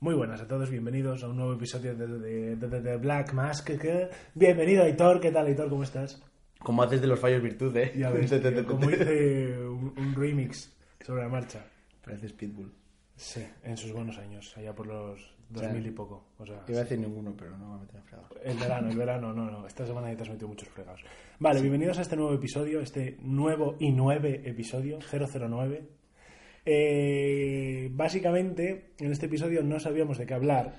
Muy buenas a todos, bienvenidos a un nuevo episodio de, de- de- de- de Black Mask. que- Bienvenido, Aitor. ¿Qué tal, Aitor? ¿Cómo estás? Como haces de los fallos virtud, eh. Ya ves, Te- te- tío, te- como te- hice un, un remix sobre la marcha. Pareces Pitbull. Sí, en sus buenos años, allá por los Ya. 2000 y poco. O sea, Iba a decir ninguno, pero no va a meter en fregado. El verano, el verano, no, no. Esta semana ya te has metido muchos fregados. Vale, bienvenidos a este nuevo episodio, este nuevo y nueve episodio, 009. Eh, básicamente, en este episodio no sabíamos de qué hablar.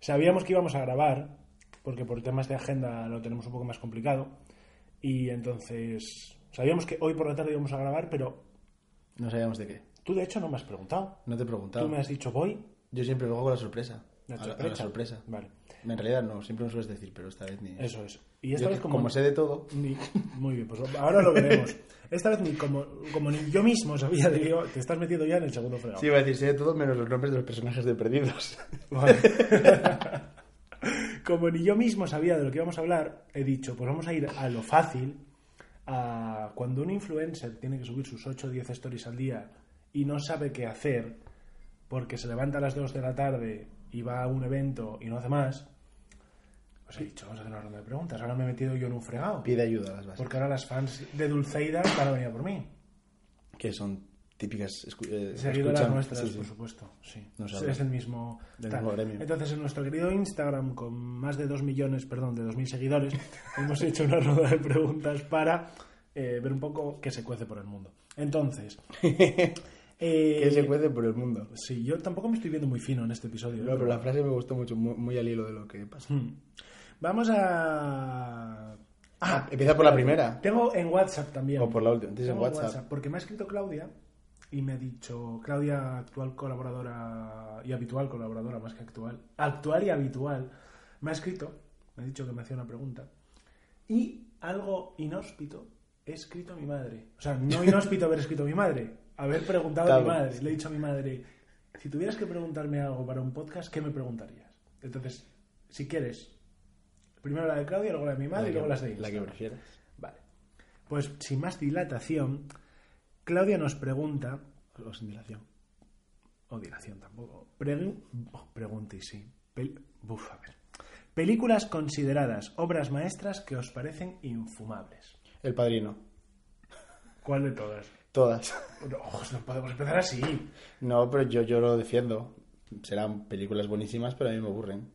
Sabíamos que íbamos a grabar, porque por temas de agenda lo tenemos un poco más complicado. Y entonces, sabíamos que hoy por la tarde íbamos a grabar, pero No sabíamos de qué. tú de hecho no me has preguntado. No te he preguntado. Tú me has dicho voy. Yo siempre lo hago con la sorpresa. la A la- a la sorpresa. sorpresa. Vale, En realidad no, siempre me sueles decir, pero esta vez ni. eso es. Y Yo esta que vez como sé de todo, Ni- muy bien, pues ahora lo veremos. Esta vez ni como, como ni yo mismo sabía, digo, te estás metiendo ya en el segundo fregado. sí iba a decir sé de todo menos los nombres de los personajes de Perdidos. Vale. como ni yo mismo sabía de lo que íbamos a hablar, he dicho, pues vamos a ir a lo fácil, a cuando un influencer tiene que subir sus 8 o 10 stories al día y no sabe qué hacer, porque se levanta a las 2 de la tarde y va a un evento y no hace más, pues he dicho, vamos a hacer una ronda de preguntas. Ahora me he metido yo en un fregado. Pide ayuda a las bases. Porque ahora las fans de Dulceida van a venir a por mí. Que son típicas. escu- eh, Seguidoras escuchan- nuestras, sí, sí. por supuesto. Sí. Nos hablan. es el mismo. Del tal. mismo gremio. Entonces, en nuestro querido Instagram, con más de 2 millones, perdón, de 2.000 seguidores, hemos hecho una ronda de preguntas para eh, ver un poco qué se cuece por el mundo. Entonces. eh, pues, Que se cuece por el mundo. Sí, yo tampoco me estoy viendo muy fino en este episodio. No, pero la frase me gustó mucho, muy, muy al hilo de lo que pasa. Hmm. Vamos a. Ah, Empieza por la primera. tengo en WhatsApp también. O por la última. Tienes en Tengo WhatsApp. Porque me ha escrito Claudia y me ha dicho, Claudia, actual colaboradora y habitual colaboradora, más que actual, actual y habitual, me ha escrito, me ha dicho que me hacía una pregunta. Y algo inhóspito he escrito a mi madre. O sea, no inhóspito haber escrito a mi madre, haber preguntado a mi Claro. madre. Le he dicho a mi madre, si tuvieras que preguntarme algo para un podcast, ¿qué me preguntarías? Entonces, si quieres, primero la de Claudia, luego la de mi madre La y que- luego las de La que Instagram. prefieras. Vale. Pues sin más dilatación, Claudia nos pregunta, O sin dilación. o dilación tampoco, pregu- oh, pregunta y sí. Pel- Buf, a ver. Películas consideradas obras maestras que os parecen infumables. El padrino. ¿Cuál de todas? Todas. No, ojos, no podemos empezar así. No, pero yo, yo lo defiendo. Serán películas buenísimas, pero a mí me aburren.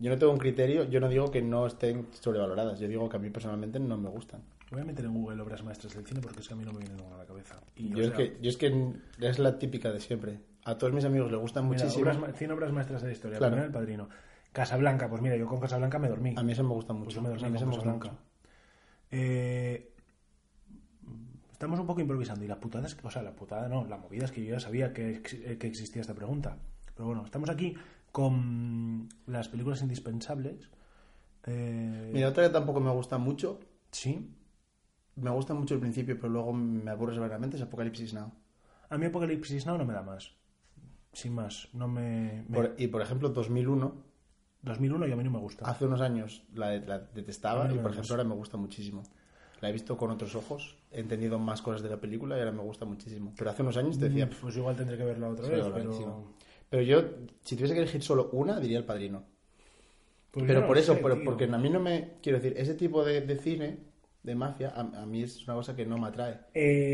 Yo no tengo un criterio, yo no digo que no estén sobrevaloradas, yo digo que a mí personalmente no me gustan. Voy a meter en Google obras maestras del cine porque es que a mí no me viene ninguna a la cabeza. Y, Yo o es, sea, que, yo es que es la típica de siempre. A todos mis amigos les gustan mira, muchísimo. obras ma- 100 obras maestras de la historia. Claro. primero El Padrino. Casablanca, pues mira, yo con Casablanca me dormí. A mí eso me gusta Pues mucho. yo me dormí a mí con eso me gusta Casablanca. mucho. Eh, estamos un poco improvisando y la putada es que, o sea, la putada no, la movida es que yo ya sabía que, ex- eh, que existía esta pregunta. Pero bueno, estamos aquí con las películas indispensables. Eh, Mira, otra que tampoco me gusta mucho, sí. me gusta mucho el principio, pero luego me aburre severamente, es Apocalipsis Now. A mí Apocalipsis Now no me da más. Sin más, no me... me- Por- Ah, y por ejemplo, 2001, 2001 y a mí no me gusta. hace unos años la, la A detestaba mí no y me por gusta. ejemplo ahora me gusta muchísimo. La he visto con otros ojos, he entendido más cosas de la película y ahora me gusta muchísimo. Pero hace unos años te decía... Mm, pues igual tendré que verla otra "Pff, vez, soy pero... aburridísimo". Pero yo, si tuviese que elegir solo una, diría El Padrino. Pues yo pero no por lo eso, sé, por- tío. porque a mí no me... Quiero decir, ese tipo de, de cine, de mafia, a, a mí es una cosa que no me atrae.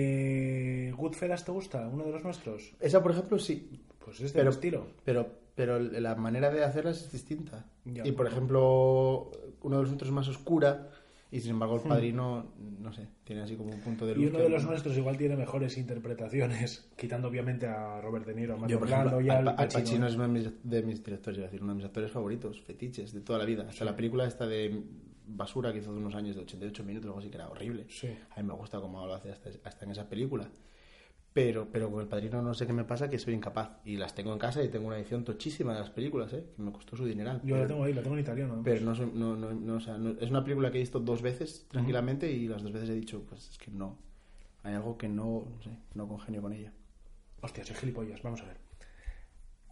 Eh, ¿Goodfellas te gusta? ¿Uno de los nuestros? Esa, por ejemplo, sí. Pues es de Pero, estilo. pero, pero la manera de hacerla es distinta. Ya. y por ejemplo, uno de los otros es más oscura y sin embargo El Padrino, no sé, tiene así como un punto de luz. Hmm. Y uno que- de los nuestros igual tiene mejores interpretaciones, quitando obviamente a Robert De Niro, a Marlon Yo, por ejemplo, Brando y Al, al Pa- Al Pacino. Pacino es uno de mis, de mis directores, iba a decir, uno de mis actores favoritos, fetiches, de toda la vida. Hasta la película esta de Basura que hizo hace unos años de 88 minutos, algo así que era horrible. Sí. A mí me gusta cómo lo hace hasta, hasta en esa película. Pero, pero con El Padrino no sé qué me pasa, que soy incapaz. Y las tengo en casa y tengo una edición tochísima de las películas, ¿eh? que me costó su dineral. Yo pero, lo tengo ahí, lo tengo en italiano. pero no, soy- no, no, no, o sea, no- es una película que he visto dos veces tranquilamente y las dos veces he dicho, pues es que no. Hay algo que no, no sé, no congenio con ella. Hostia, soy gilipollas, vamos a ver.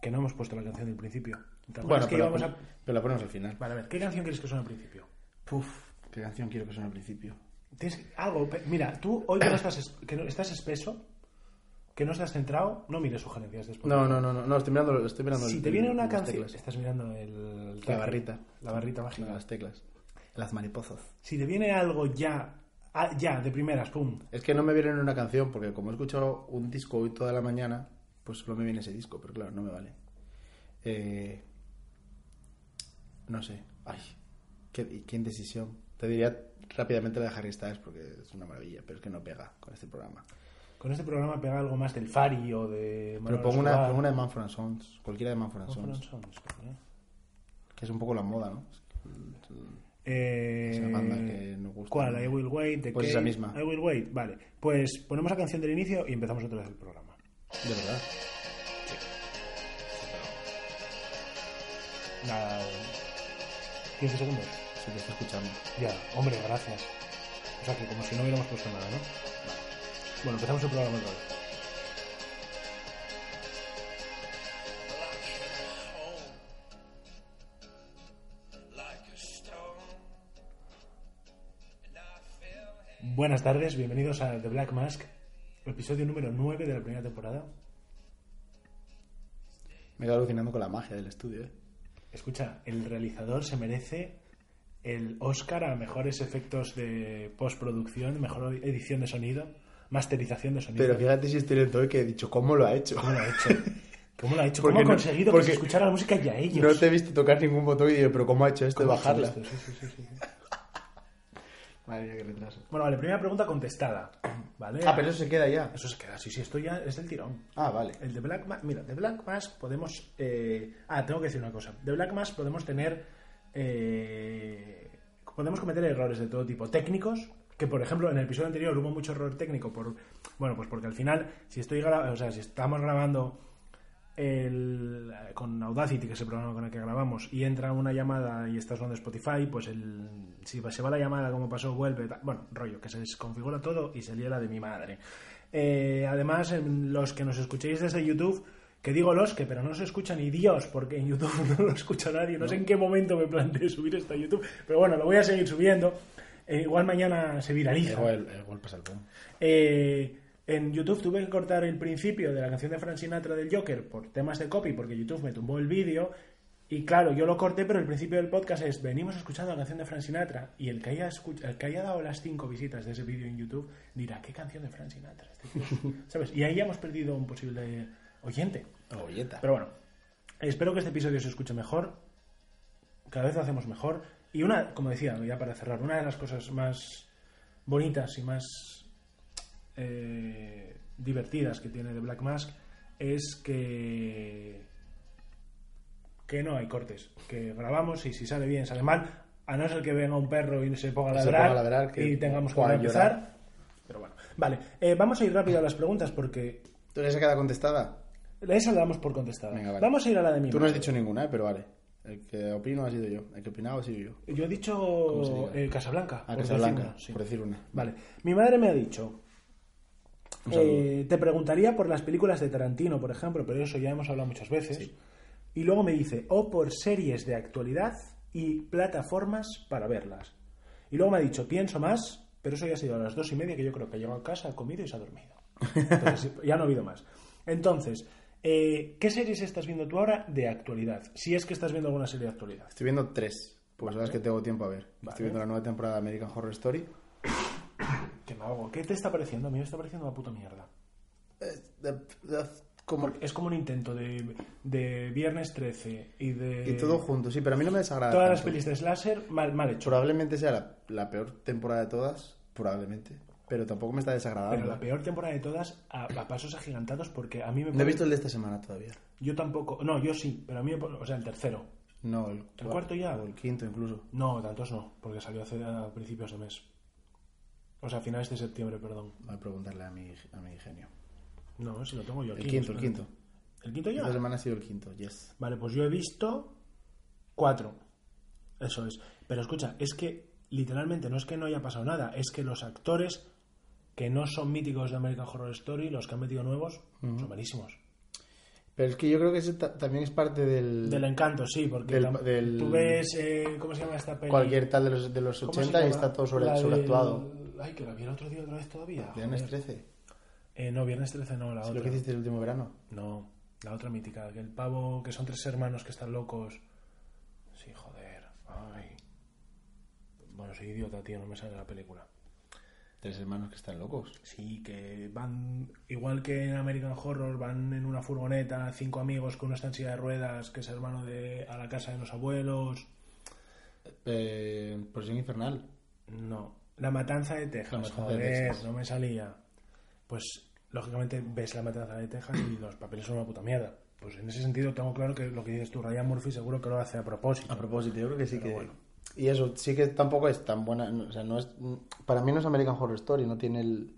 Que no hemos puesto la canción del principio. ¿Te acuerdas Bueno, que pero, la íbamos pon- a... pero la ponemos al final. Vale, a ver, ¿qué canción quieres que suene al principio? Puf, qué canción quiero que suene al principio. Tienes algo... pe- Mira, tú hoy que no estás, es- que no- estás espeso, que no estás centrado, no mires sugerencias después. No, no, no, no, no, estoy mirando, estoy mirando Si el- te viene el- una las canción, teclas. estás mirando el La barrita. la barrita mágica. Las teclas. Las mariposas. Si te viene algo ya, ah, ya de primeras, pum, Es que no me viene una canción porque como he escuchado un disco hoy toda la mañana, pues solo me viene ese disco, pero claro, no me vale. Eh, no sé. Ay, qué, qué indecisión. Te diría rápidamente la de Harry Styles porque es una maravilla, pero es que no pega con este programa. con este programa pega algo más del Fari o de Pero Manolo pongo una, Escobar. pongo una de Manfred Sons, cualquiera de Manfred Manfred Sons, Sons, coño. que es un poco la moda, ¿no? Eh, Es una banda que nos gusta. ¿Cuál? I Will Wait. The Pues Cave, esa misma. I Will Wait, vale. Pues ponemos la canción del inicio y empezamos otra vez el programa. De verdad. Nada, 15 segundos. Se te está escuchando. Ya, hombre, gracias. O sea que como si no hubiéramos puesto nada, ¿no? Vale. Bueno, empezamos el programa otra vez. Buenas tardes, bienvenidos a The Black Mask, episodio número 9 de la primera temporada. Me quedo alucinando con la magia del estudio, ¿eh? Escucha, el realizador se merece el Oscar a mejores efectos de postproducción, mejor edición de sonido, masterización de sonido. Pero fíjate si estoy lento hoy que he dicho, ¿cómo lo ha hecho? ¿Cómo lo ha hecho? ¿Cómo lo ha hecho? ¿Cómo Porque ha no- conseguido que porque se escuchara la música ya ellos? No te he visto tocar ningún botón y digo, pero ¿cómo ha hecho esto de ¿Cómo ha hecho bajarla? esto? Sí, sí, sí, sí, sí. Madre mía, qué retraso. Bueno, vale, primera pregunta contestada. ¿Vale? Ah, pero eso se queda ya. Eso se queda. Sí, sí, esto ya es del tirón. Ah, vale. El de Black Mass, mira, de Black Mass podemos. eh, ah, tengo que decir una cosa. De Black Mass podemos tener. eh, podemos cometer errores de todo tipo. Técnicos, que por ejemplo en el episodio anterior hubo mucho error técnico. por Bueno, pues porque al final, si estoy gra- o sea, si estamos grabando el- con Audacity, que es el programa con el que grabamos, y entra una llamada y está sonando Spotify, pues el, si se va la llamada como pasó, vuelve. tal. bueno, rollo, que se desconfigura todo y se lía la de mi madre. Eh, además, en los que nos escuchéis desde YouTube, que digo los que, pero no se escucha ni Dios, porque en YouTube no lo escucha nadie. No, sé en qué momento me planteé subir esto a YouTube, pero bueno, lo voy a seguir subiendo. Eh, igual mañana se viraliza. El, el golpe es al boom. Eh, en YouTube tuve que cortar el principio de la canción de Frank Sinatra del Joker por temas de copy, porque YouTube me tumbó el vídeo. Y claro, yo lo corté, pero el principio del podcast es: venimos escuchando la canción de Frank Sinatra. Y el que haya, escuch- el que haya dado las cinco visitas de ese vídeo en YouTube dirá: ¿Qué canción de Frank Sinatra? Este tío?". ¿Sabes? Y ahí ya hemos perdido un posible oyente. Olleta. Pero bueno, espero que este episodio se escuche mejor. Cada vez lo hacemos mejor. Y una, como decía, ya para cerrar, una de las cosas más bonitas y más eh, divertidas que tiene The Black Mask es que que no hay cortes, que grabamos y si sale bien, sale mal, a no ser que venga un perro y se ponga a Se ladrar, ponga a ladrar, que- y tengamos que Juan, volver a empezar. llorar. Pero bueno, vale, eh, vamos a ir rápido a las preguntas porque ¿Tú ya se queda contestada? esa la damos por contestada. Venga, vale. Vamos a ir a la de mi Tú no has madre. dicho ninguna, eh, pero vale. El que opino ha sido yo. El que opinaba ha sido Yo yo. he se dicho diga? eh, Casablanca. Ah, por Casablanca, decir una, sí. por decir una. Vale. Mi madre me ha dicho. Un saludo. eh, te preguntaría por las películas de Tarantino, por ejemplo, pero eso ya hemos hablado muchas veces. Y luego me dice, o por series de actualidad y plataformas para verlas. Y luego me ha dicho, pienso más, pero eso ya ha sido a las dos y media, que yo creo que ha llegado a casa, ha comido y se ha dormido. Entonces, ya no ha habido más. Entonces, eh, ¿qué series estás viendo tú ahora de actualidad? Si es que estás viendo alguna serie de actualidad. Estoy viendo tres, porque sabes que tengo tiempo a ver. Vale. Estoy viendo la nueva temporada de American Horror Story. Que me ahogo. ¿Qué te está pareciendo? A mí me está pareciendo una puta mierda. Como... Es como un intento de, de Viernes 13 y de. Y todo junto, sí, pero a mí no me desagrada. Eh, Todas las tanto. pelis de Slasher mal, mal hecho. Probablemente sea la, la peor temporada de todas, probablemente. Pero tampoco me está desagradando. Pero la peor temporada de todas a, a pasos agigantados porque a mí me. No he visto el de esta semana todavía. Yo tampoco. No, yo sí, pero a mí me pone- O sea, el tercero. No, el, ¿El cuarto ya? O el quinto incluso. No, tantos no, porque salió hace a principios de mes. O sea, a finales de septiembre, perdón. Voy a preguntarle a mi, a mi genio. No, si lo tengo yo El aquí. quinto, el espérate. quinto. ¿El quinto ya? Esta semana ha sido el quinto, yes. Vale, pues yo he visto cuatro. Eso es. Pero escucha, es que literalmente no es que no haya pasado nada, es que los actores que no son míticos de American Horror Story, los que han metido nuevos, son malísimos. Pero es que yo creo que ese ta- también es parte del... Del encanto, sí, porque Del- tam- del- tú ves, eh, ¿cómo se llama esta peli? Cualquier tal de los, de los ¿Cómo se 80 y llama? está todo sobre, La del- sobreactuado. Ay, que la vi el otro día otra vez todavía. Viernes joder. 13. Eh, no, Viernes 13 no, la Es lo que otra. hiciste el último verano. No, la otra mítica, que el pavo, que son tres hermanos que están locos. Sí, joder. Ay. Bueno, soy idiota, tío, no me sale la película. Tres hermanos que están locos. Sí, que van, igual que en American Horror, van en una furgoneta, cinco amigos con una está en silla de ruedas, que es hermano de a la casa de los abuelos. Eh, Presión infernal. No. La matanza de Texas, La Matanza de joder, Texas. no me salía. Pues, lógicamente, ves la matanza de Texas y los papeles son una puta mierda. Pues en ese sentido tengo claro que lo que dices tú, Ryan Murphy seguro que lo hace a propósito. A propósito, yo creo que sí Pero que. bueno. Y eso, sí que tampoco es tan buena. no- O sea, no es. Para mí no es American Horror Story, no tiene el.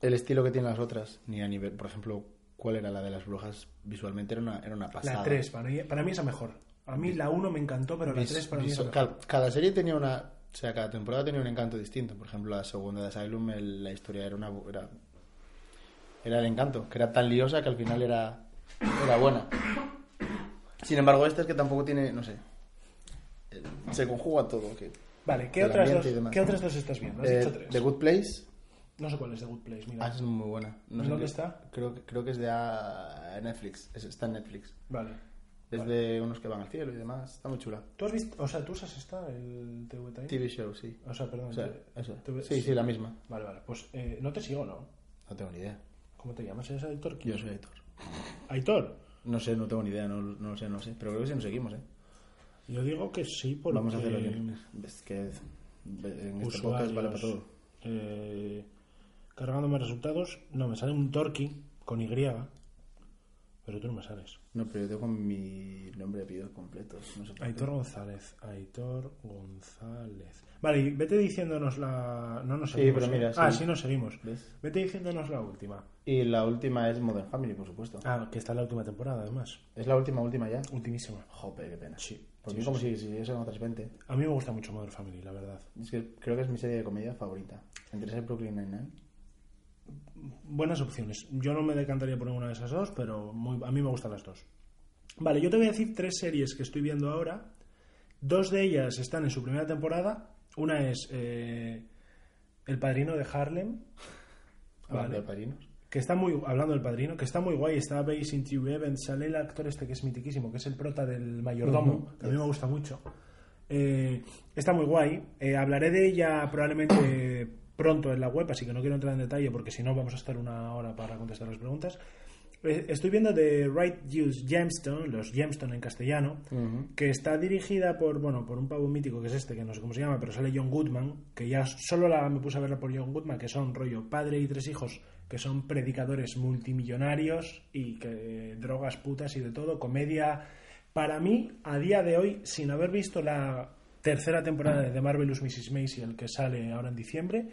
El estilo que tienen las otras. Ni a nivel. Por ejemplo, ¿cuál era la de las brujas? Visualmente era una, era una pasada. la 3, para mí, para mí es la mejor. A mí la 1 me encantó, pero la Vis- 3 para mí es visu- la mejor. cal- cada serie tenía una. O sea, cada temporada tenía un encanto distinto. Por ejemplo, la segunda de Asylum, el- la historia era una. bu- Era, era el encanto, que era tan liosa que al final era, era buena. Sin embargo, esta es que tampoco tiene. No sé. eh, Se conjuga todo. Que, Vale, ¿qué del otras, ambiente dos, y demás. ¿qué otras dos estás viendo? Has Eh, dicho tres. The Good Place. No sé cuál es The Good Place, mira. Ah, esa es muy buena. No sé ¿Dónde qué- está? Creo, que- creo que es de ah, Netflix. es- Está en Netflix. Vale. Es de unos que van al cielo y demás. Está muy chula. ¿Tú has visto, o sea, tú usas esta, el TV Time? TV show, sí. O sea, perdón. O sea, eh, esa. TV Sí, sí, la misma. Vale, vale. Pues eh, no te sigo, ¿no? No tengo ni idea. ¿Cómo te llamas? ¿Eres Aitor? Yo soy editor. Aitor. No sé, no tengo ni idea, no, no lo sé, no lo sé. Pero creo que sí nos seguimos, ¿eh? Yo digo que sí, porque... Vamos a hacerlo bien. eh, Es que en este podcast usuarios, vale para todo. eh, cargándome resultados, no, me sale un Torqui con Y, pero tú no me sales. No, pero yo tengo mi nombre de apellido completo. No sé por qué. Aitor González, Eh, Aitor González. Vale, y vete diciéndonos la... No nos Sí, seguimos. pero ¿eh? mira, Ah, sí. sí nos seguimos. ¿Ves? Vete diciéndonos la última. Y la última es Modern Family, por supuesto. Ah, que está en la última temporada, además. Es la última, última ya. Ultimísima. Jope, qué pena. Sí. Por mí como si, si eso en otras 20. A mí me gusta mucho Modern Family, la verdad. Es que creo que es mi serie de comedia favorita. Entre ese Brooklyn Nine-Nine. Buenas opciones. Yo no me decantaría por ninguna de esas dos, pero muy- a mí me gustan las dos. Vale, yo te voy a decir tres series que estoy viendo ahora. Dos de ellas están en su primera temporada. Una es eh, El Padrino de Harlem, Hablando Vale. de padrinos. que está muy... Hablando del Padrino, que está muy guay. Está Basin T. Evans, sale el actor este que es mitiquísimo, que es el prota del mayordomo, Ujú. que a mí me gusta mucho. Eh, está muy guay. Eh, hablaré de ella probablemente pronto en la web, así que no quiero entrar en detalle porque si no vamos a estar una hora para contestar las preguntas. Eh, Estoy viendo The Right Use Gemstone, los Gemstone en castellano, Ujú. que está dirigida por, bueno, por un pavo mítico que es este, que no sé cómo se llama, pero sale John Goodman, que ya solo la me puse a verla por John Goodman, que son rollo padre y tres hijos, que son predicadores multimillonarios y que eh, drogas putas y de todo, comedia. Para mí, a día de hoy, sin haber visto la tercera temporada de The Marvelous Mrs. Maisel, que sale ahora en diciembre,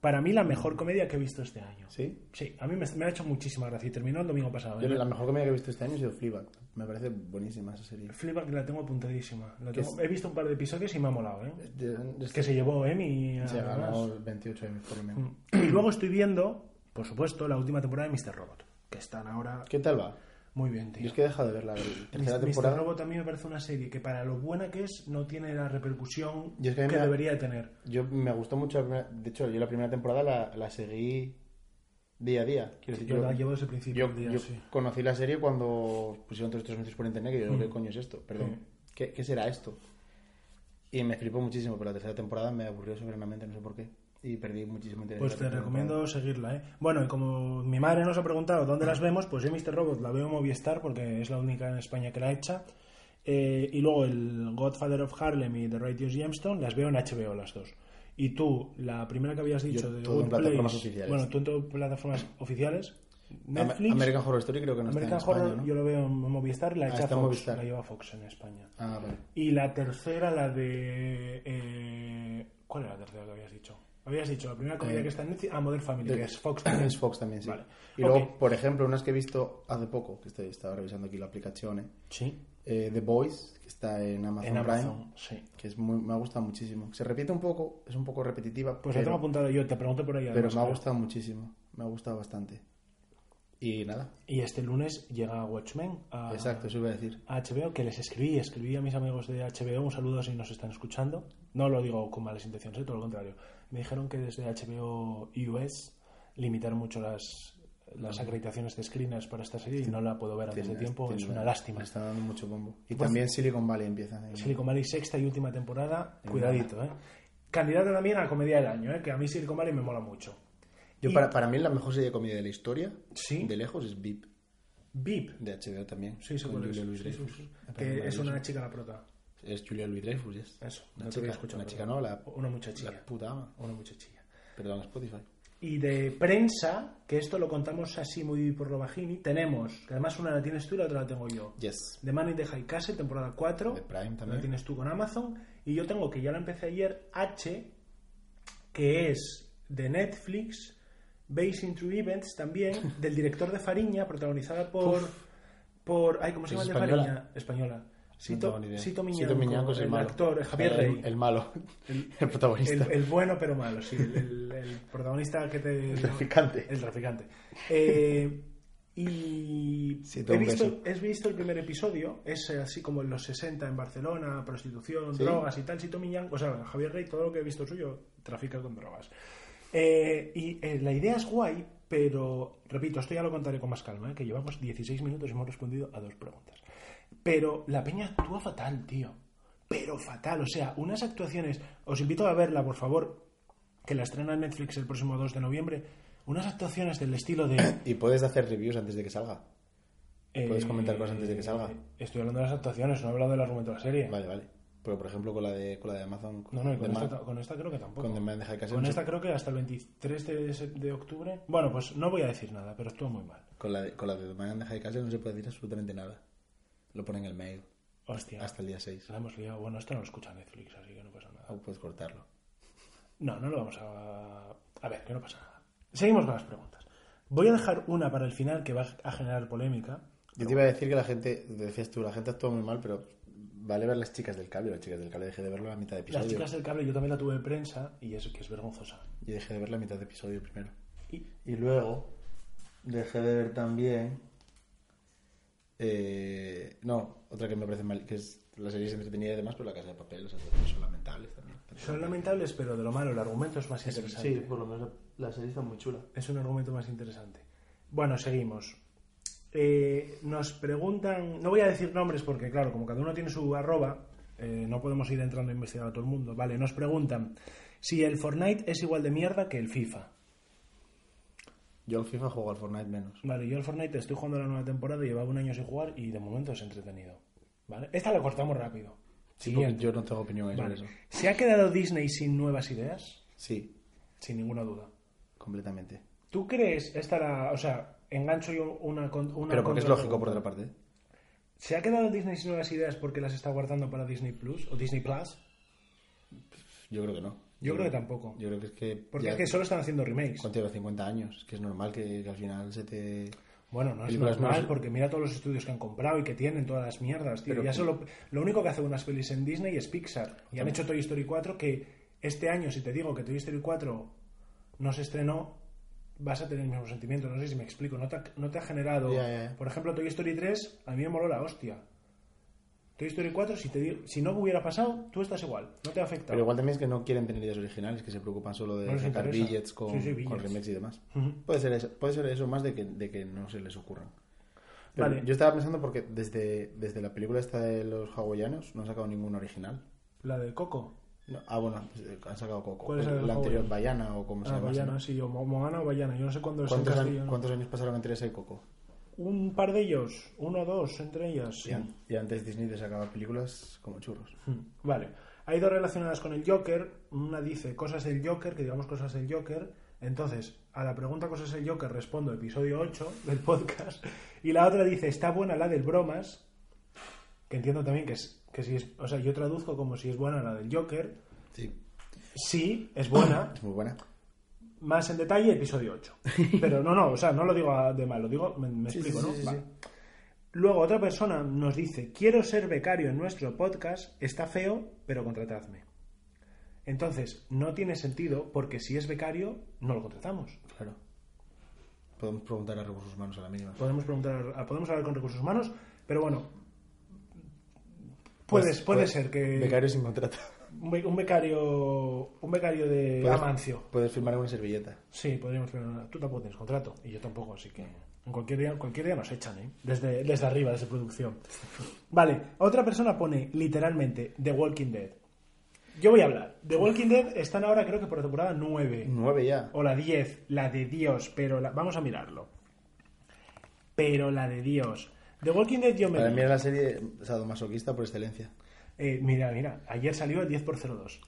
para mí la mejor comedia que he visto este año. ¿Sí? Sí, a mí me, me ha hecho muchísima gracia y terminó el domingo pasado. Yo, ¿eh? la mejor comedia que he visto este año ha sido Fleabag. Me parece buenísima esa serie. Fleabag la tengo apuntadísima. La tengo- es- He visto un par de episodios y me ha molado, ¿eh? Es Que se llevó Emmy. Se además. Mm. ganó 28 Emmys por lo menos. Y luego estoy viendo, por supuesto, la última temporada de Mr. Robot. Que están ahora ¿Qué tal va? muy bien, tío. Yo es que he dejado de ver la tercera Mr. temporada. Robot a mí me parece una serie que para lo buena que es no tiene la repercusión Y es que a que, mí me- debería de tener. Yo me gustó mucho. la primera- de hecho, yo la primera temporada la, la seguí día a día. Quiero decir, Yo la llevo desde el principio. yo- del día, yo sí. conocí la serie cuando pusieron todos estos anuncios por internet. Que yo, Mm. ¿qué coño es esto? Perdón. ¿Qué, qué será esto? Y me flipó muchísimo, pero la tercera temporada me aburrió soberanamente, no sé por qué. Y perdí muchísimo interés. Pues en la te tercera recomiendo seguirla, ¿eh? Bueno, y como mi madre nos ha preguntado dónde Ah. las vemos, pues yo Mr. Robot la veo en Movistar porque es la única en España que la he hecha. Eh, y luego el Godfather of Harlem y The Righteous Gemstone las veo en HBO las dos. Y tú, la primera que habías dicho Yo de todo en Good plataformas Place, oficiales. Bueno, tú en todas plataformas oficiales. temporada. Am- Netflix, American Horror Story creo que no American está en Horror, España, ¿no? yo lo veo en Movistar, la Ah, echa está en Fox, Movistar. la lleva Fox en España. Ah, vale. Y la tercera, la de. eh, ¿Cuál era la tercera que habías dicho? Habías dicho la primera comedia Eh, que está en Netflix. Ah, Modern Family, de- que es Fox. Es Fox también, sí. Vale. Y Ok. luego, por ejemplo, unas que he visto hace poco, que estoy, estaba revisando aquí la aplicación, ¿eh? Sí, Eh, The Boys, que está en Amazon, en Prime, Amazon. Sí. que es muy, me ha gustado muchísimo. Se repite un poco, es un poco repetitiva, Pues la tengo pero, apuntado yo, te pregunto por ahí. pero además, me ha claro. gustado muchísimo, me ha gustado bastante. Y nada, Y este lunes llega Watchmen a, exacto, eso iba a decir. a HBO, que les escribí, escribí a mis amigos de HBO, un saludo si nos están escuchando. No lo digo con malas intenciones, eh, todo lo contrario. Me dijeron que desde HBO US limitar mucho las, las acreditaciones de screeners para esta serie y no la puedo ver antes de Tiene- tiempo. Es tiene- una lástima. le Está dando mucho bombo. Y Pues- también Silicon Valley empieza. ahí. Silicon Valley sexta y última temporada, Venga. cuidadito, ¿eh? Candidata también a comedia del año, ¿eh? Que a mí Silicon Valley me mola mucho. Yo Y- para, para mí la mejor serie de comedia de la historia, Sí. de lejos, es VIP, VIP. de HBO también. Sí, con seguro. Julia Louis Sí, sí, Dreyfus. sí. Que es una chica la prota. Es Julia Louis Dreyfus, yes. Eso, no Una te chica, había escuchado. una chica no, la- Una muchachilla. La puta ama. Una muchachilla. Perdón, Spotify. Y de prensa, que esto lo contamos así muy por lo bajini, tenemos, que además una la tienes tú y la otra la tengo yo. Yes. The Man in the High Castle, temporada 4. De Prime también. La tienes tú con Amazon. Y yo tengo, que ya la empecé ayer, H, que es de Netflix, Based in True Events también, del director de Fariña, protagonizada por... por ay, ¿Cómo se Es llama el de española. Fariña? Española. Sito, tengo ni idea. Sito Sito Miñanco es el, malo. actor, Javier el, Rey. El malo. El, protagonista. El, el bueno pero malo, sí. El, el- el protagonista que te... El traficante. El traficante. Eh, y Sí, te he un visto, beso. he visto el primer episodio, es eh, así como en los 60 en Barcelona, prostitución, Sí. drogas y tal, Sito Miñán, o sea, Javier Rey, todo lo que he visto suyo, trafica con drogas. Eh, y eh, la idea es guay, pero, repito, esto ya lo contaré con más calma, ¿eh? que llevamos 16 minutos y hemos respondido a dos preguntas. Pero la peña actúa fatal, tío. Pero fatal, o sea, unas actuaciones, os invito a verla, por favor, que la estrena en Netflix el próximo 2 de noviembre, unas actuaciones del estilo de... Y puedes hacer reviews antes de que salga. Puedes Eh, comentar cosas antes de que salga. Estoy hablando de las actuaciones, no he hablado del argumento de la serie. Vale, vale. Pero por ejemplo con la de, con la de Amazon. No, no, y de con, esta, Ma- ta- con esta creo que tampoco. con The Man in the High Castle, Con yo- esta creo que hasta el 23 de, se- de octubre. Bueno, pues no voy a decir nada, pero estuvo muy mal. con la de, con la de The Man in the High Castle no se puede decir absolutamente nada. Lo ponen en el mail Hostia, hasta el día 6. la hemos liado. Bueno, esto no lo escucha Netflix, así que no pasa nada. O puedes cortarlo. No, no lo vamos a... A ver, que no pasa nada. Seguimos con las preguntas. Voy a dejar una para el final que va a generar polémica. Yo te iba a decir que la gente, decías tú, la gente actúa muy mal, pero vale ver las chicas del cable. Las chicas del cable dejé de verlo a la mitad de Las episodio. chicas del cable yo también la tuve en prensa y es que es vergonzosa. Yo dejé de ver la mitad de episodio primero. Y Y luego dejé de ver también. eh, no, otra que me parece mal, que es la serie entretenida y demás, pero la casa de papel, las actuaciones son lamentables también. son lamentables, pero de lo malo, el argumento es más interesante. Sí, por lo menos la, la serie está muy chula. Es un argumento más interesante. Bueno, seguimos. Eh, nos preguntan, no voy a decir nombres porque, claro, como cada uno tiene su arroba, eh, no podemos ir entrando a investigar a todo el mundo. Vale, nos preguntan si el Fortnite es igual de mierda que el FIFA. Yo al FIFA juego al Fortnite menos. Vale, yo el Fortnite estoy jugando la nueva temporada, llevaba un año sin jugar y de momento es entretenido. Vale, esta la cortamos rápido. Sí, porque Siguiente. yo no tengo opinión sobre Vale. eso. ¿Se ha quedado Disney sin nuevas ideas? Sí, Sin ninguna duda. completamente. ¿Tú crees, esta la, o sea, engancho yo una... con- una pero porque es lógico, contrapregunta. por otra parte. ¿Se ha quedado Disney sin nuevas ideas porque las está guardando para Disney Plus o Disney Plus? Yo creo que no. Yo creo que tampoco. Yo creo que es que. Porque ya- es que solo están haciendo remakes. ¿Cuánto lleva? 50 años. Es que es normal que, que al final se te. Bueno, no es Películas normal nuevas. porque mira todos los estudios que han comprado y que tienen todas las mierdas, tío. Pero- ya solo, lo único que hace unas pelis en Disney es Pixar. Y han hecho Toy Story 4 que este año, si te digo que Toy Story 4 no se estrenó, vas a tener el mismo sentimiento. No sé si me explico. No te ha, no te ha generado... Ya, ya, ya. Por ejemplo, Toy Story 3 a mí me moló la hostia. Toy Story 4, si, te digo, si no hubiera pasado, tú estás igual. No te afecta. Pero igual también es que no quieren tener ideas originales, que se preocupan solo de No les sacar interesa. billets con, Sí, sí, con billets. remakes y demás. Ujú. puede, ser eso, puede ser eso más de que, de que no se les ocurran. Pero Vale. Yo estaba pensando porque desde, desde la película esta de los hawaianos no han sacado ningún original. La de Coco. No, ah, bueno, pues, eh, han sacado Coco. ¿Cuál es la de los anterior, hawaianos? Bayana o como se Ah, llama. Bayana, ¿no? sí, o Mo- Moana o Bayana. Yo no sé cuándo es en ¿Cuántos, an- castellano. cuántos años pasaron entre esa y Coco? Un par de ellos, uno o dos entre ellas. Y, an- y antes Disney te sacaba películas como churros. Hmm, Vale. Hay dos relacionadas con el Joker. Una dice cosas del Joker, que digamos cosas del Joker. Entonces, a la pregunta cosas del Joker respondo episodio 8 del podcast. Y la otra dice, está buena la del bromas. Que entiendo también que, es, que si es... O sea, yo traduzco como si es buena la del Joker. Sí. Sí, es buena. Es muy buena. Más en detalle, episodio 8. Pero no, no, o sea, no lo digo a- de mal, lo digo, me, me Sí, explico, sí, ¿no? sí, sí, Va. sí. Luego otra persona nos dice, quiero ser becario en nuestro podcast, está feo, pero contratadme. Entonces, no tiene sentido porque si es becario, no lo contratamos. Claro. Podemos preguntar a recursos humanos a la mínima. Podemos preguntar, a- podemos hablar con recursos humanos, pero bueno, puedes, puede ser que... Pues, Becario sin contrato. un, be- un becario un becario de Puedes- Amancio. Puedes firmar una servilleta. Sí, podríamos tener una- Tú tampoco tienes contrato y yo tampoco, así que en cualquier día, en cualquier día nos echan, ¿eh? Desde, desde arriba, desde producción. Vale, otra persona pone literalmente The Walking Dead. Yo voy a hablar. The Walking Dead están ahora creo que por la temporada 9 Nueve ya. o la 10, la de Dios, pero la- vamos a mirarlo. Pero la de Dios. The Walking Dead yo me... Para mí era la serie sadomasoquista por excelencia. Eh, mira, mira, ayer salió el 10 por 02.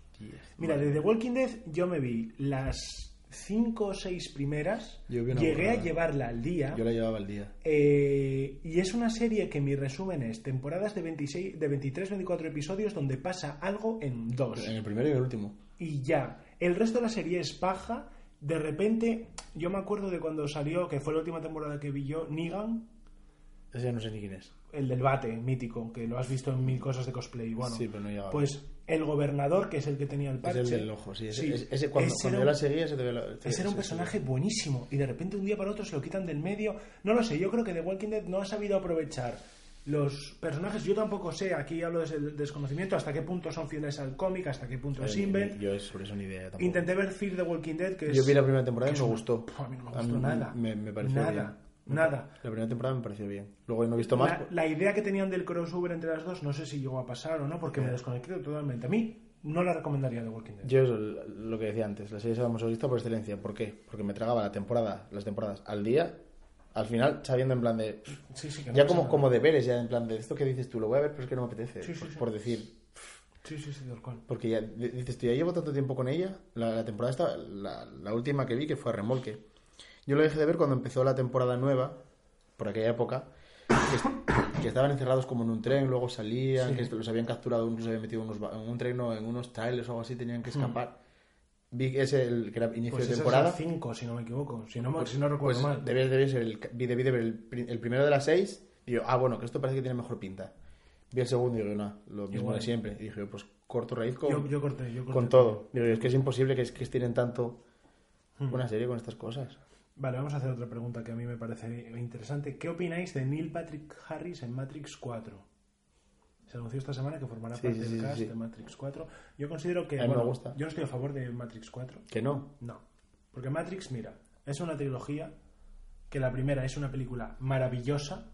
Mira, de The Walking Dead yo me vi las 5 o 6 primeras, Yo vi una llegué a borrada. llevarla al día Yo la llevaba al día. eh, y es una serie que mi resumen es temporadas de, 26, de 23, 24 episodios donde pasa algo en dos En el primero y el último. y ya. El resto de la serie es paja. De repente, yo me acuerdo de cuando salió, que fue la última temporada que vi yo, Negan, Ese ya no sé ni quién es. el del bate mítico, que lo has visto en mil cosas de cosplay. Bueno, Sí, pero no llegaba. pues el gobernador, que es el que tenía el Es parche. el del ojo, sí. Ese, sí, ese- ese- cuando, ese cuando era yo un- la seguía, se te ve la- ese era un sí, personaje buenísimo y de repente un día para otro se lo quitan del medio. No lo sé, yo creo que The Walking Dead no ha sabido aprovechar los personajes. Yo tampoco sé, aquí hablo desde el desconocimiento, hasta qué punto son fieles al cómic, hasta qué punto sí. es Eh, Invent. Yo es- sobre eso ni idea tampoco. Intenté ver Fear the Walking Dead, que es... Yo vi la primera temporada y me es una- gustó. Puh, a mí no me gustó mí nada. Me, me pareció Nada, bien. Me- nada. La primera temporada me pareció bien. Luego no he visto más. La, la idea que tenían del crossover entre las dos, no sé si llegó a pasar o no, porque me desconecté totalmente. A mí no la recomendaría The Walking Dead. Yo eso, lo que decía antes, la serie sadomasoquista por excelencia. ¿Por qué? Porque me tragaba la temporada, las temporadas al día, al final sabiendo en plan de... Sí, sí, que no Ya pasa como, nada. como deberes, ya en plan de esto que dices tú, lo voy a ver, pero es que no me apetece. Sí, sí, por, sí. por decir, Sí, sí, sí, tal cual. porque ya di- dices tú, ya llevo tanto tiempo con ella, la, la temporada esta, la, la última que vi que fue a remolque. Yo lo dejé de ver cuando empezó la temporada nueva, por aquella época, que, est- que estaban encerrados como en un tren, luego salían, Sí. que est- los habían capturado, unos se habían metido en, unos ba- en un tren o en unos trailers o algo así, tenían que escapar. Vi que ese, el, que era Hmm. inicio Pues esa de es temporada. la 5, si no me equivoco. Si no, me- Pues- si no recuerdo pues mal. Debí, debí ser el, vi- debí de ver el, pri- el primero de las seis. Y yo, ah, bueno, que esto parece que tiene mejor pinta. Vi el segundo y digo, no, lo mismo de Igual. siempre. Y dije, yo, pues corto raíz con, Yo, yo corté, yo corté. con todo. Digo, es que es imposible que, es- que estiren tanto Hmm. una serie con estas cosas. Vale, vamos a hacer otra pregunta que a mí me parece interesante. ¿Qué opináis de Neil Patrick Harris en Matrix 4? Se anunció esta semana que formará Sí, parte sí, del sí, sí, cast sí. de Matrix 4. Yo considero que. A mí me bueno, gusta. Yo no estoy a favor de Matrix 4. Que no. No. Porque Matrix, mira, es una trilogía que la primera es una película maravillosa.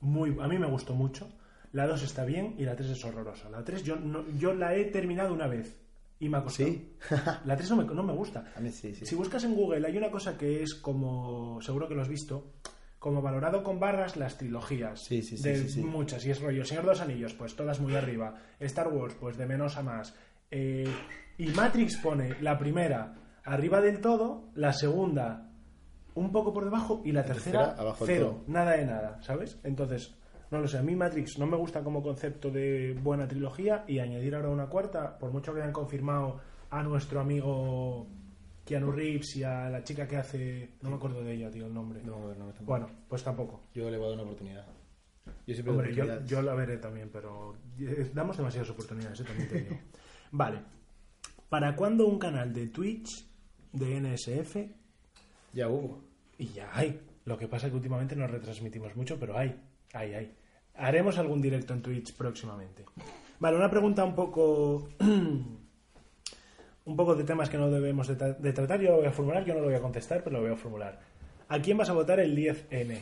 Muy, a mí me gustó mucho. La 2 está bien y la 3 es horrorosa. La 3 yo, no- yo la he terminado una vez y me ha costado. ¿Sí? la 3 no me, no me gusta. A mí sí, sí. Si buscas en Google hay una cosa que es como, seguro que lo has visto, como valorado con barras las trilogías. Sí, sí, sí, de sí, sí. muchas. Y es rollo, Señor de los Anillos, pues todas muy arriba. Star Wars, pues de menos a más. Eh, y Matrix pone la primera arriba del todo, la segunda un poco por debajo y la, tercera, tercera abajo del cero. todo. Nada de nada, ¿sabes? Entonces, no lo sé. A mí Matrix no me gusta como concepto de buena trilogía y añadir ahora una cuarta, por mucho que hayan confirmado a nuestro amigo Keanu Reeves y a la chica que hace... No me acuerdo de ella, tío, el nombre. No, no, no, tampoco. Bueno, pues tampoco. Yo le voy a dar una oportunidad. Yo siempre Hombre, doy yo, oportunidades. yo la veré también, pero eh, damos demasiadas oportunidades, eh, también te digo. Vale. ¿Para cuándo un canal de Twitch, de NSF, Ya hubo. y ya hay? Lo que pasa es que últimamente no retransmitimos mucho, pero hay, hay, hay. Haremos algún directo en Twitch próximamente. Vale, una pregunta un poco... un poco de temas que no debemos de, tra- de tratar. Yo lo voy a formular, yo no lo voy a contestar, pero lo voy a formular. ¿A quién vas a votar el 10N?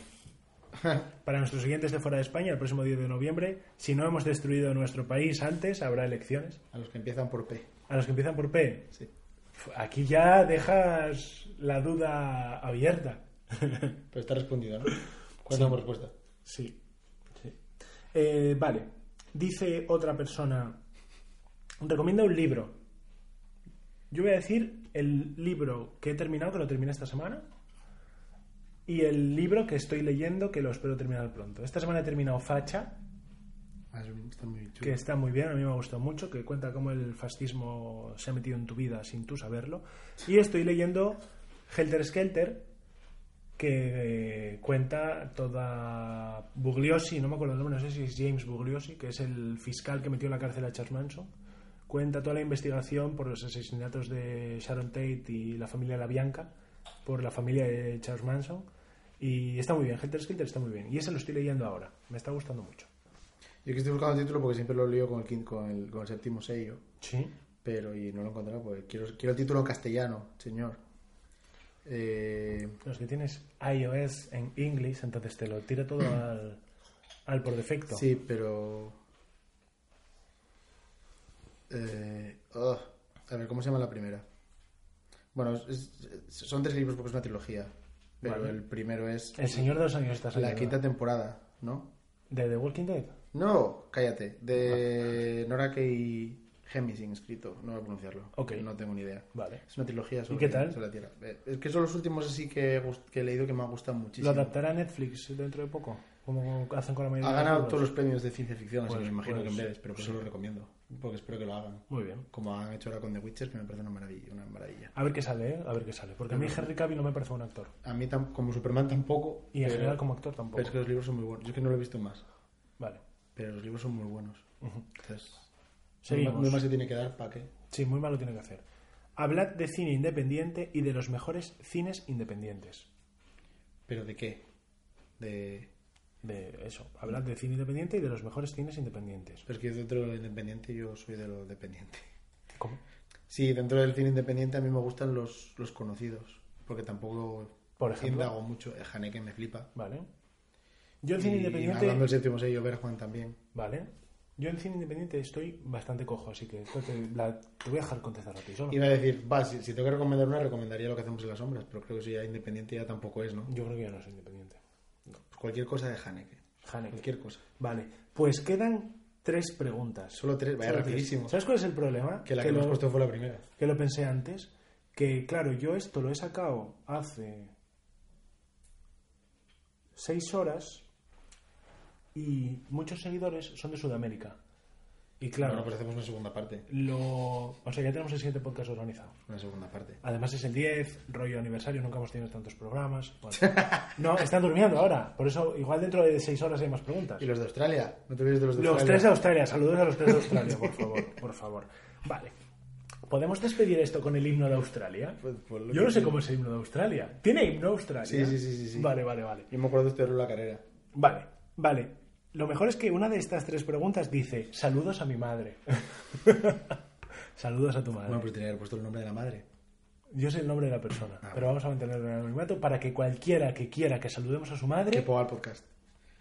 Para nuestros siguientes de fuera de España, el próximo 10 de noviembre, si no hemos destruido nuestro país antes, habrá elecciones. A los que empiezan por P. A los que empiezan por P, Sí. aquí ya dejas la duda abierta. Pero está respondido, ¿no? ¿Cuál es la respuesta? Sí. sí. Eh, vale. Dice otra persona. Recomienda un libro. Yo voy a decir el libro que he terminado, que lo terminé esta semana. Y el libro que estoy leyendo, que lo espero terminar pronto. Esta semana he terminado Facha, Ah, es un- está muy chulo. que está muy bien, a mí me ha gustado mucho, que cuenta cómo el fascismo se ha metido en tu vida sin tú saberlo. Y estoy leyendo Helter Skelter, que eh, cuenta toda Bugliosi, no me acuerdo el nombre, no sé si es James Bugliosi, que es el fiscal que metió en la cárcel a Charles Manson. Cuenta toda la investigación por los asesinatos de Sharon Tate y la familia La Bianca, por la familia de Charles Manson. Y está muy bien, Helter Skelter está muy bien. Y ese lo estoy leyendo ahora, me está gustando mucho. Yo que estoy buscando el título porque siempre lo lío con el, quin- con el, con el séptimo sello, Sí. pero y no lo he encontrado porque quiero, quiero el título en castellano, señor. Eh, Los que tienes iOS en English, entonces te lo tira todo al, al por defecto. sí, pero... Eh, ugh. a ver, ¿cómo se llama la primera? Bueno, es- es- son tres libros porque es una trilogía, pero Vale. el primero es El Señor de los Anillos está la saliendo. quinta temporada, ¿no? ¿De The Walking Dead? No, cállate. De Nora Kay Hemming escrito. No voy a pronunciarlo. Ok. No tengo ni idea. Vale. Es una trilogía sobre, qué tal? sobre la Tierra. Eh, Es que son los últimos así que, he gust- que he leído que me han gustado ¿Lo muchísimo. adaptará a Netflix dentro de poco? Como hacen con la mayoría Ha de ganado libros. todos los premios de ciencia ficción, así Pues- que me imagino pues- que en breves, pero por eso lo recomiendo. Porque espero que lo hagan. Muy bien. Como han hecho ahora con The Witcher, que me parece una maravilla. Una maravilla. A ver qué sale, ¿eh? A ver qué sale. Porque a mí Henry Cavill no me parece un actor. A mí, tam- como Superman, tampoco. Y en pero- general como actor tampoco. Pero es que los libros son muy buenos. Yo es que no lo he visto más. Vale. Pero los libros son muy buenos. Entonces. Seguimos. No más se tiene que dar para qué. Sí, muy mal lo tiene que hacer. Hablad de cine independiente y de los mejores cines independientes. ¿Pero de qué? De... De eso. Hablad de cine independiente y de los mejores cines independientes. Pero es que yo dentro de lo independiente yo soy de lo dependiente. ¿Cómo? Sí, dentro del cine independiente a mí me gustan los, los conocidos, porque tampoco Por ejemplo. indago mucho. Eh, Haneke me flipa. Vale. Yo en cine Y independiente. Hablando del séptimo sello, ver Juan también. Vale. Yo en cine independiente estoy bastante cojo, así que esto te, la- te voy a dejar contestar a ti solo. Iba a decir, va, si, si tengo que recomendar una, recomendaría lo que hacemos en las sombras, pero creo que eso ya independiente ya tampoco es, ¿no? Yo creo que ya no soy independiente. Pues cualquier cosa de Haneke. Haneke. Cualquier cosa. Vale. Pues quedan tres preguntas. Solo tres, vaya Solo tres. rapidísimo. ¿Sabes cuál es el problema? Que la que, nos lo- costó fue la primera. que lo pensé antes, que claro, yo esto lo he sacado hace seis horas y muchos seguidores son de Sudamérica. Y claro, Bueno, pues hacemos una segunda parte. lo... o sea, ya tenemos el siguiente podcast organizado. Una segunda parte. Además es el 10, rollo aniversario, nunca hemos tenido tantos programas. Bueno. no, están durmiendo ahora, por eso igual dentro de seis horas hay más preguntas. ¿Y los de Australia? ¿No te olvides de los de Los Australia? tres de Australia, saludos a los tres de Australia, por favor, por favor. Vale. ¿Podemos despedir esto con el himno de Australia? Pues, pues, lo Yo que no sé sea. cómo es el himno de Australia. ¿Tiene himno Australia? Sí, sí, sí, sí, sí. Vale, vale, vale. Yo me acuerdo de estudiarlo en la carrera. Vale, vale. Lo mejor es que una de estas tres preguntas dice, saludos a mi madre. saludos a tu madre. Bueno, pues tenía que haber puesto el nombre de la madre. Yo sé el nombre de la persona, Ah, pero vamos a mantenerlo en el anonimato para que cualquiera que quiera que saludemos a su Que madre... puedo al podcast.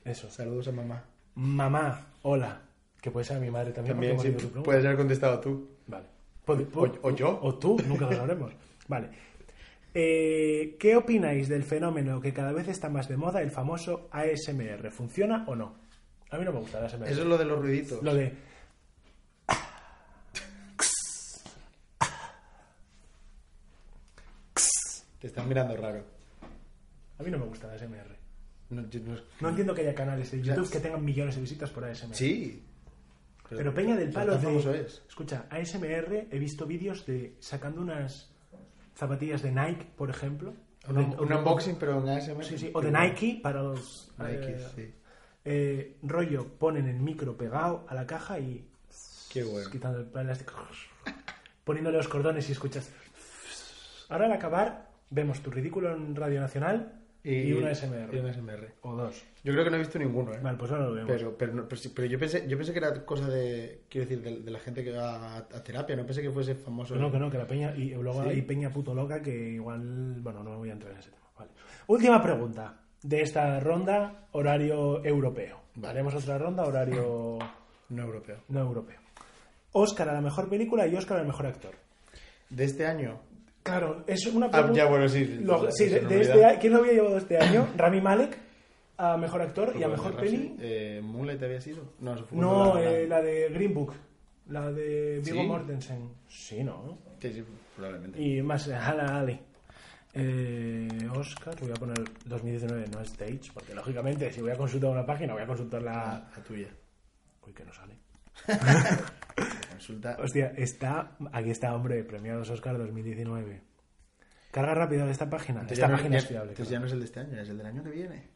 Eso. Saludos a mamá. Mamá, hola. Que puede ser a mi madre también. También porque sí, hemos leído tu pregunta. puedes haber contestado tú. Vale. Pod- pod- o yo. O tú, nunca lo sabremos. Vale. Eh, ¿Qué opináis del fenómeno que cada vez está más de moda, el famoso ASMR? ¿Funciona o no? A mí no me gusta el ASMR. Eso es lo de los ruiditos. Lo de... Te están mirando raro. A mí no me gusta el ASMR. No, yo no- No entiendo que haya canales de YouTube Ya. que tengan millones de visitas por ASMR. Sí. Pero Peña del Palo ¿Tan de... famoso es? Escucha, ASMR he visto vídeos de sacando unas zapatillas de Nike, por ejemplo. Un, De- un o de- unboxing, pero en ASMR. Sí, sí, o de Nike para los... Nike, eh, sí. eh, rollo, ponen el micro pegado a la caja y Qué bueno. quitando el plástico, poniéndole los cordones y escuchas. Ahora al acabar, vemos tu ridículo en Radio Nacional y, una SMR. y un ASMR. O dos. Yo creo que no he visto ninguno, ¿eh? Vale, pues ahora lo vemos. Pero, pero, no- pero, sí- pero yo pensé yo pensé que era cosa de quiero decir de, de la gente que va a, a terapia no pensé que fuese famoso Que no, que no, que la peña. Y luego Sí. hay peña puto loca que igual. Bueno, no voy a entrar en ese tema. Vale. Última pregunta de esta ronda, horario europeo. Vale. Haremos otra ronda, horario no europeo no europeo. Oscar a la mejor película y Oscar al mejor actor. de este año Claro, es una Ah, pregunta. ya, bueno, sí. Lo- sí, de- Se me de olvida. este a- ¿Quién lo había llevado este año? Rami Malek a mejor actor y a Rubén mejor Rashid, peli. Pues Eh, ¿Mulet había sido? No, eso fue No, La La eh, Land. la de Green Book, la de Viggo ¿Sí? Mortensen. Sí, ¿no? Sí, sí, probablemente. Y más eh, Hala Ali. Eh, Oscar, voy a poner 2019, no Stage, porque lógicamente si voy a consultar una página voy a consultar la... La tuya. Uy, que no sale. Consulta. Hostia, está... Aquí está, hombre, premiados Oscar 2019. Carga rápido de esta página. Entonces esta Este ya no- página ya- es fiable. Entonces claro. ya no es el de este año, es el del año que viene.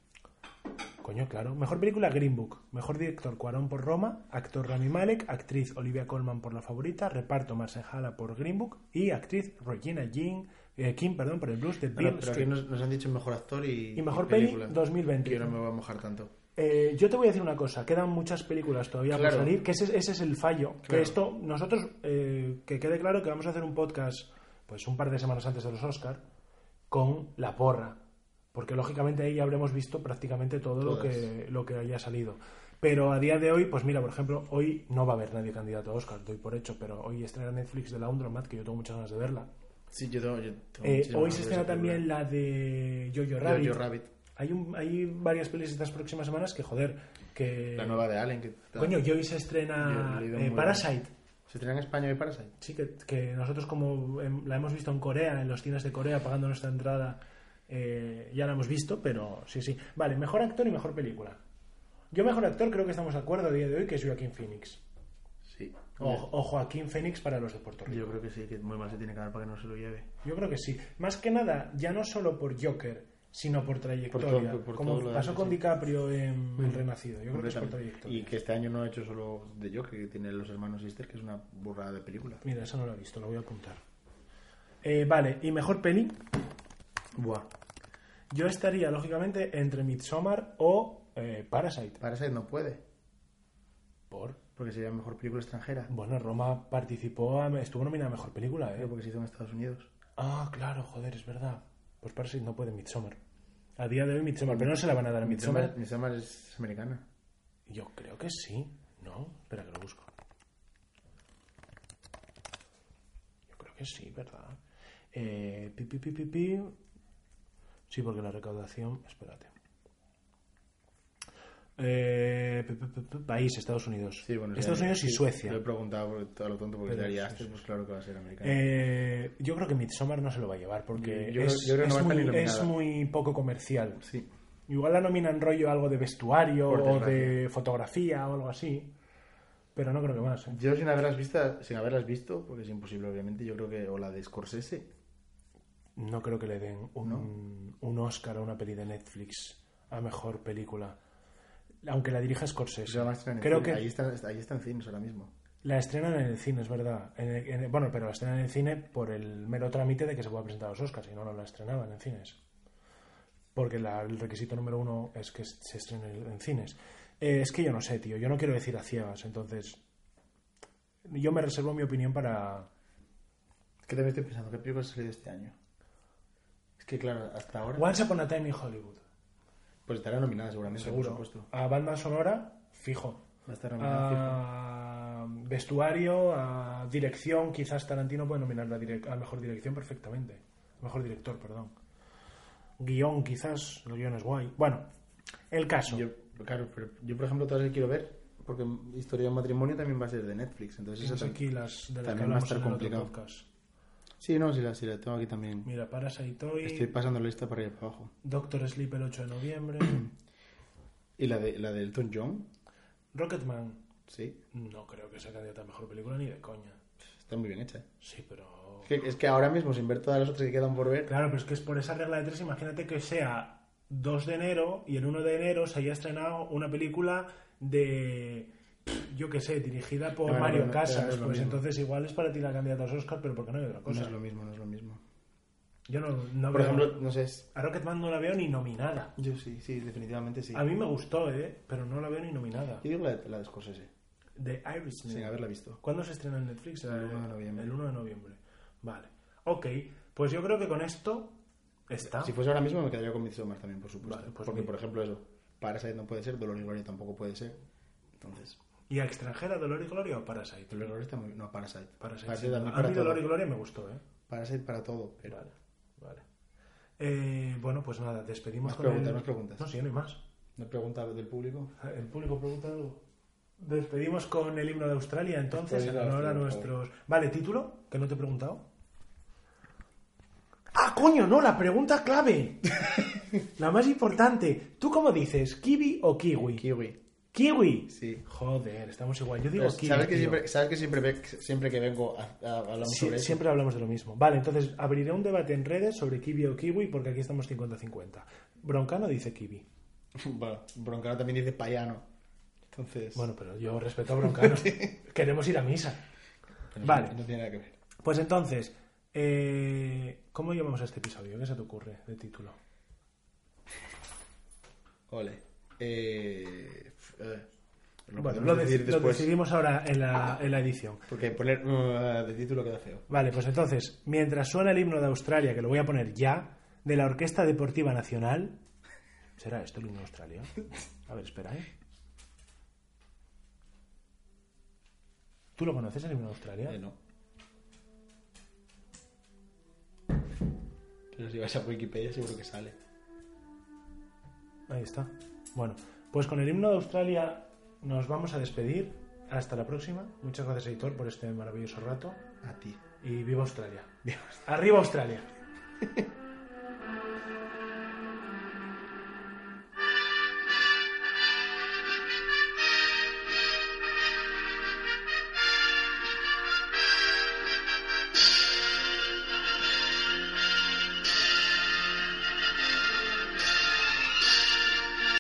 Coño, claro. Mejor película Green Book. Mejor director Cuarón por Roma. Actor Rami Malek. Actriz Olivia Colman por La Favorita. Reparto Marsenjala por Green Book. Y actriz Regina Jean, eh, Kim perdón, por el blues de No, no, Bill pero aquí Street. nos, nos han dicho mejor actor y, Y mejor peli, película. 2020. Yo no me voy a mojar tanto. Eh, yo te voy a decir una cosa, quedan muchas películas todavía Claro. por salir, que ese, ese es el fallo. Que Claro. esto, nosotros, eh, que quede claro que vamos a hacer un podcast, pues un par de semanas antes de los Oscar, con la porra. Porque lógicamente ahí ya habremos visto prácticamente todo lo Todas. que, lo que haya salido. Pero a día de hoy, pues mira, por ejemplo, hoy no va a haber nadie candidato a Oscar, doy por hecho, pero hoy estrena Netflix de Laundromat, que yo tengo muchas ganas de verla. Sí, yo tengo. yo tengo Eh, muchísimas hoy ganas se de estrena esa también película. la de Jojo Yo- Rabbit. yo Rabbit. Hay, un- hay varias pelis estas próximas semanas que, joder, que... La nueva de Allen. Que Eh, Coño, que hoy se Yo estrena he leído eh, muy Parasite. ¿Se estrena en España hoy Parasite? Sí, que, que nosotros como em, la hemos visto en Corea, en los cines de Corea, pagando nuestra entrada, eh, ya la hemos visto, pero sí, sí. Vale, mejor actor y mejor película. Yo mejor actor creo que estamos de acuerdo a día de hoy que es Joaquín Phoenix. Sí. O, o Joaquín Phoenix para los de Puerto Rico. Yo creo que sí, que muy mal se tiene que dar para que no se lo lleve. Yo creo que sí. Más que nada, ya no solo por Joker, sino por trayectoria. Por todo- por como todo lo pasó demás, con sí. Mm. DiCaprio en El Renacido. Yo creo que es por Completamente. Y trayectoria. que este año no ha hecho solo de Joker, que tiene Los Hermanos Sister, que es una burrada de película. Mira, esa no la he visto, la voy a apuntar. Eh, vale, y mejor peli, Buah. yo estaría lógicamente entre Midsommar o eh, Parasite. Parasite no puede, Por. porque sería mejor película extranjera. Bueno, Roma participó, a- estuvo nominada a mejor película, Pero ¿eh? porque se hizo en Estados Unidos. Ah, claro, joder, es verdad. Pues Parasite no puede Midsommar. A día de hoy Midsommar, pero no se la van a dar a Midsommar. Midsommar es americana. Yo creo que sí, ¿no? Espera que lo busco. Yo creo que sí, ¿verdad? Eh, pi, pi, pi, pi, pi. Sí, porque la recaudación... Espérate. Eh, pi, pi, pi, pi, país, Estados Unidos. Sí, bueno, Estados ya- Unidos y sí, Suecia. Lo he preguntado por- todo lo tonto porque Pero estaría sí, Astor, sí. pues claro que va a ser americana. Eh, yo creo que Midsommar no se lo va a llevar porque Yo- yo es, creo que no es va a estar muy, ni nominada. es muy poco comercial. sí. Igual la nominan rollo algo de vestuario Por o de desgracia. fotografía o algo así. Pero no creo que más. ¿eh? Yo sin haberlas visto, sin haberlas visto, porque es imposible obviamente, yo creo que o la de Scorsese. No creo que le den un, un Oscar a una peli de Netflix a mejor película. Aunque la dirija que Scorsese. se va a estrenar en Creo cine. que ahí están, ahí están cines ahora mismo. la estrenan en el cine, es verdad. En el- en el- bueno, pero la estrenan en el cine por el mero trámite de que se pueda presentar a los Oscars, si no, no la estrenaban en cines. Porque la- el requisito número uno es que se estrene en cines. Eh, es que yo no sé, tío. Yo no quiero decir a ciegas, entonces. Yo me reservo mi opinión para. ¿Qué también estoy pensando? ¿Qué película ha salido este año? Es que claro, hasta ahora. Once Upon a Time in Hollywood. Pues estará nominada seguramente, Seguro. por supuesto. A banda sonora, fijo. Va a estar nominada Ah. fijo. A vestuario, a dirección, quizás Tarantino puede nominar la direc- a mejor dirección perfectamente. Mejor director, perdón. Guión, quizás, el guión es guay. Bueno, el caso. Yo, claro, pero yo por ejemplo todas las que quiero ver, porque Historia de un matrimonio también va a ser de Netflix, entonces Tienes esa tam- aquí las de las que también va a hablamos en estar el otro complicado. podcast. Sí, no, sí la, sí la tengo aquí también. Mira, Parasite hoy, Estoy pasando la lista para arriba y para abajo. Doctor Sleep el 8 de noviembre, ¿Y la de la de Elton John? Rocketman. Sí, No creo que sea candidata a mejor película ni de coña. está muy bien hecha. ¿eh? Sí, pero Es que, es que ahora mismo, sin ver todas las otras que quedan por ver, Claro, pero es que es por esa regla de tres. Imagínate que sea 2 de enero y el 1 de enero se haya estrenado una película de. pff, Yo qué sé, dirigida por No, no, Mario no, no, no Casas. es lo pues mismo. entonces igual es para ti la candidata a los Oscar, pero porque no hay otra no cosa. es lo mismo, no es lo mismo. Yo no, no Por veo- ejemplo, no sé. es- A Rocketman no la veo ni nominada. Yo sí, sí, definitivamente sí. A mí me gustó, ¿eh? Pero no la veo ni nominada. Yo digo la, de- la de Scorsese, De Irishman. sin haberla visto. ¿Cuándo se estrena en Netflix? El 1 de noviembre. El 1 de noviembre. Vale. Ok, pues yo creo que con esto está. Si fuese ahora mismo me quedaría con Midsommar también, por supuesto. Vale, pues Porque, bien. por ejemplo, eso, Parasite no puede ser, Dolor y Gloria tampoco puede ser. Entonces, ¿Y a extranjera, Dolor y Gloria o Parasite? Dolor y Gloria está muy... No, Parasite. Parasite. Parasite sí. también a para mí Dolor y todo. Gloria me gustó, ¿eh? Parasite para todo, pero... Vale, vale. Eh, bueno, pues nada, despedimos Más con preguntas, el- más preguntas. No, sí, no hay más. ¿No preguntaba del público? El público pregunta algo. Despedimos con el himno de Australia, entonces, en Despedida de honor a Australia, por nuestros... Vale, título, que no te he preguntado. ¡Ah, coño, no! La pregunta clave. la más importante. ¿Tú cómo dices? ¿Kiwi o kiwi? Kiwi. ¿Kiwi? Sí. Joder, estamos igual. Yo digo Pero, kiwi, ¿Sabes que, tío. siempre, sabes que siempre, ve- siempre que vengo a- a- hablamos Sí, sobre siempre hablamos de lo mismo. Vale, entonces abriré un debate en redes sobre kiwi o kiwi porque aquí estamos 50-50. Broncano dice kiwi. eso? Bueno, Broncano también dice payano. Entonces... Bueno, pero yo respeto a Broncano. Queremos ir a misa. pero vale. No tiene nada que ver. Pues entonces, eh, ¿cómo llamamos a este episodio? ¿Qué se te ocurre de título? Ole. Eh, f- eh, lo Bueno, podemos lo, dec- decidir lo después. decidimos ahora en la, en la edición. Porque poner uh, de título queda feo. Vale, pues entonces, mientras suena el himno de Australia, que lo voy a poner ya, de la Orquesta Deportiva Nacional. ¿Será esto el himno de Australia? A ver, espera, ¿eh? ¿Tú lo conoces el himno de Australia? Eh, no. Pero si vas a Wikipedia seguro que sale. Ahí está. Bueno, pues con el himno de Australia nos vamos a despedir. Hasta la próxima. Muchas gracias, editor, por este maravilloso rato. A ti. Y viva Australia. Viva Arriba Australia.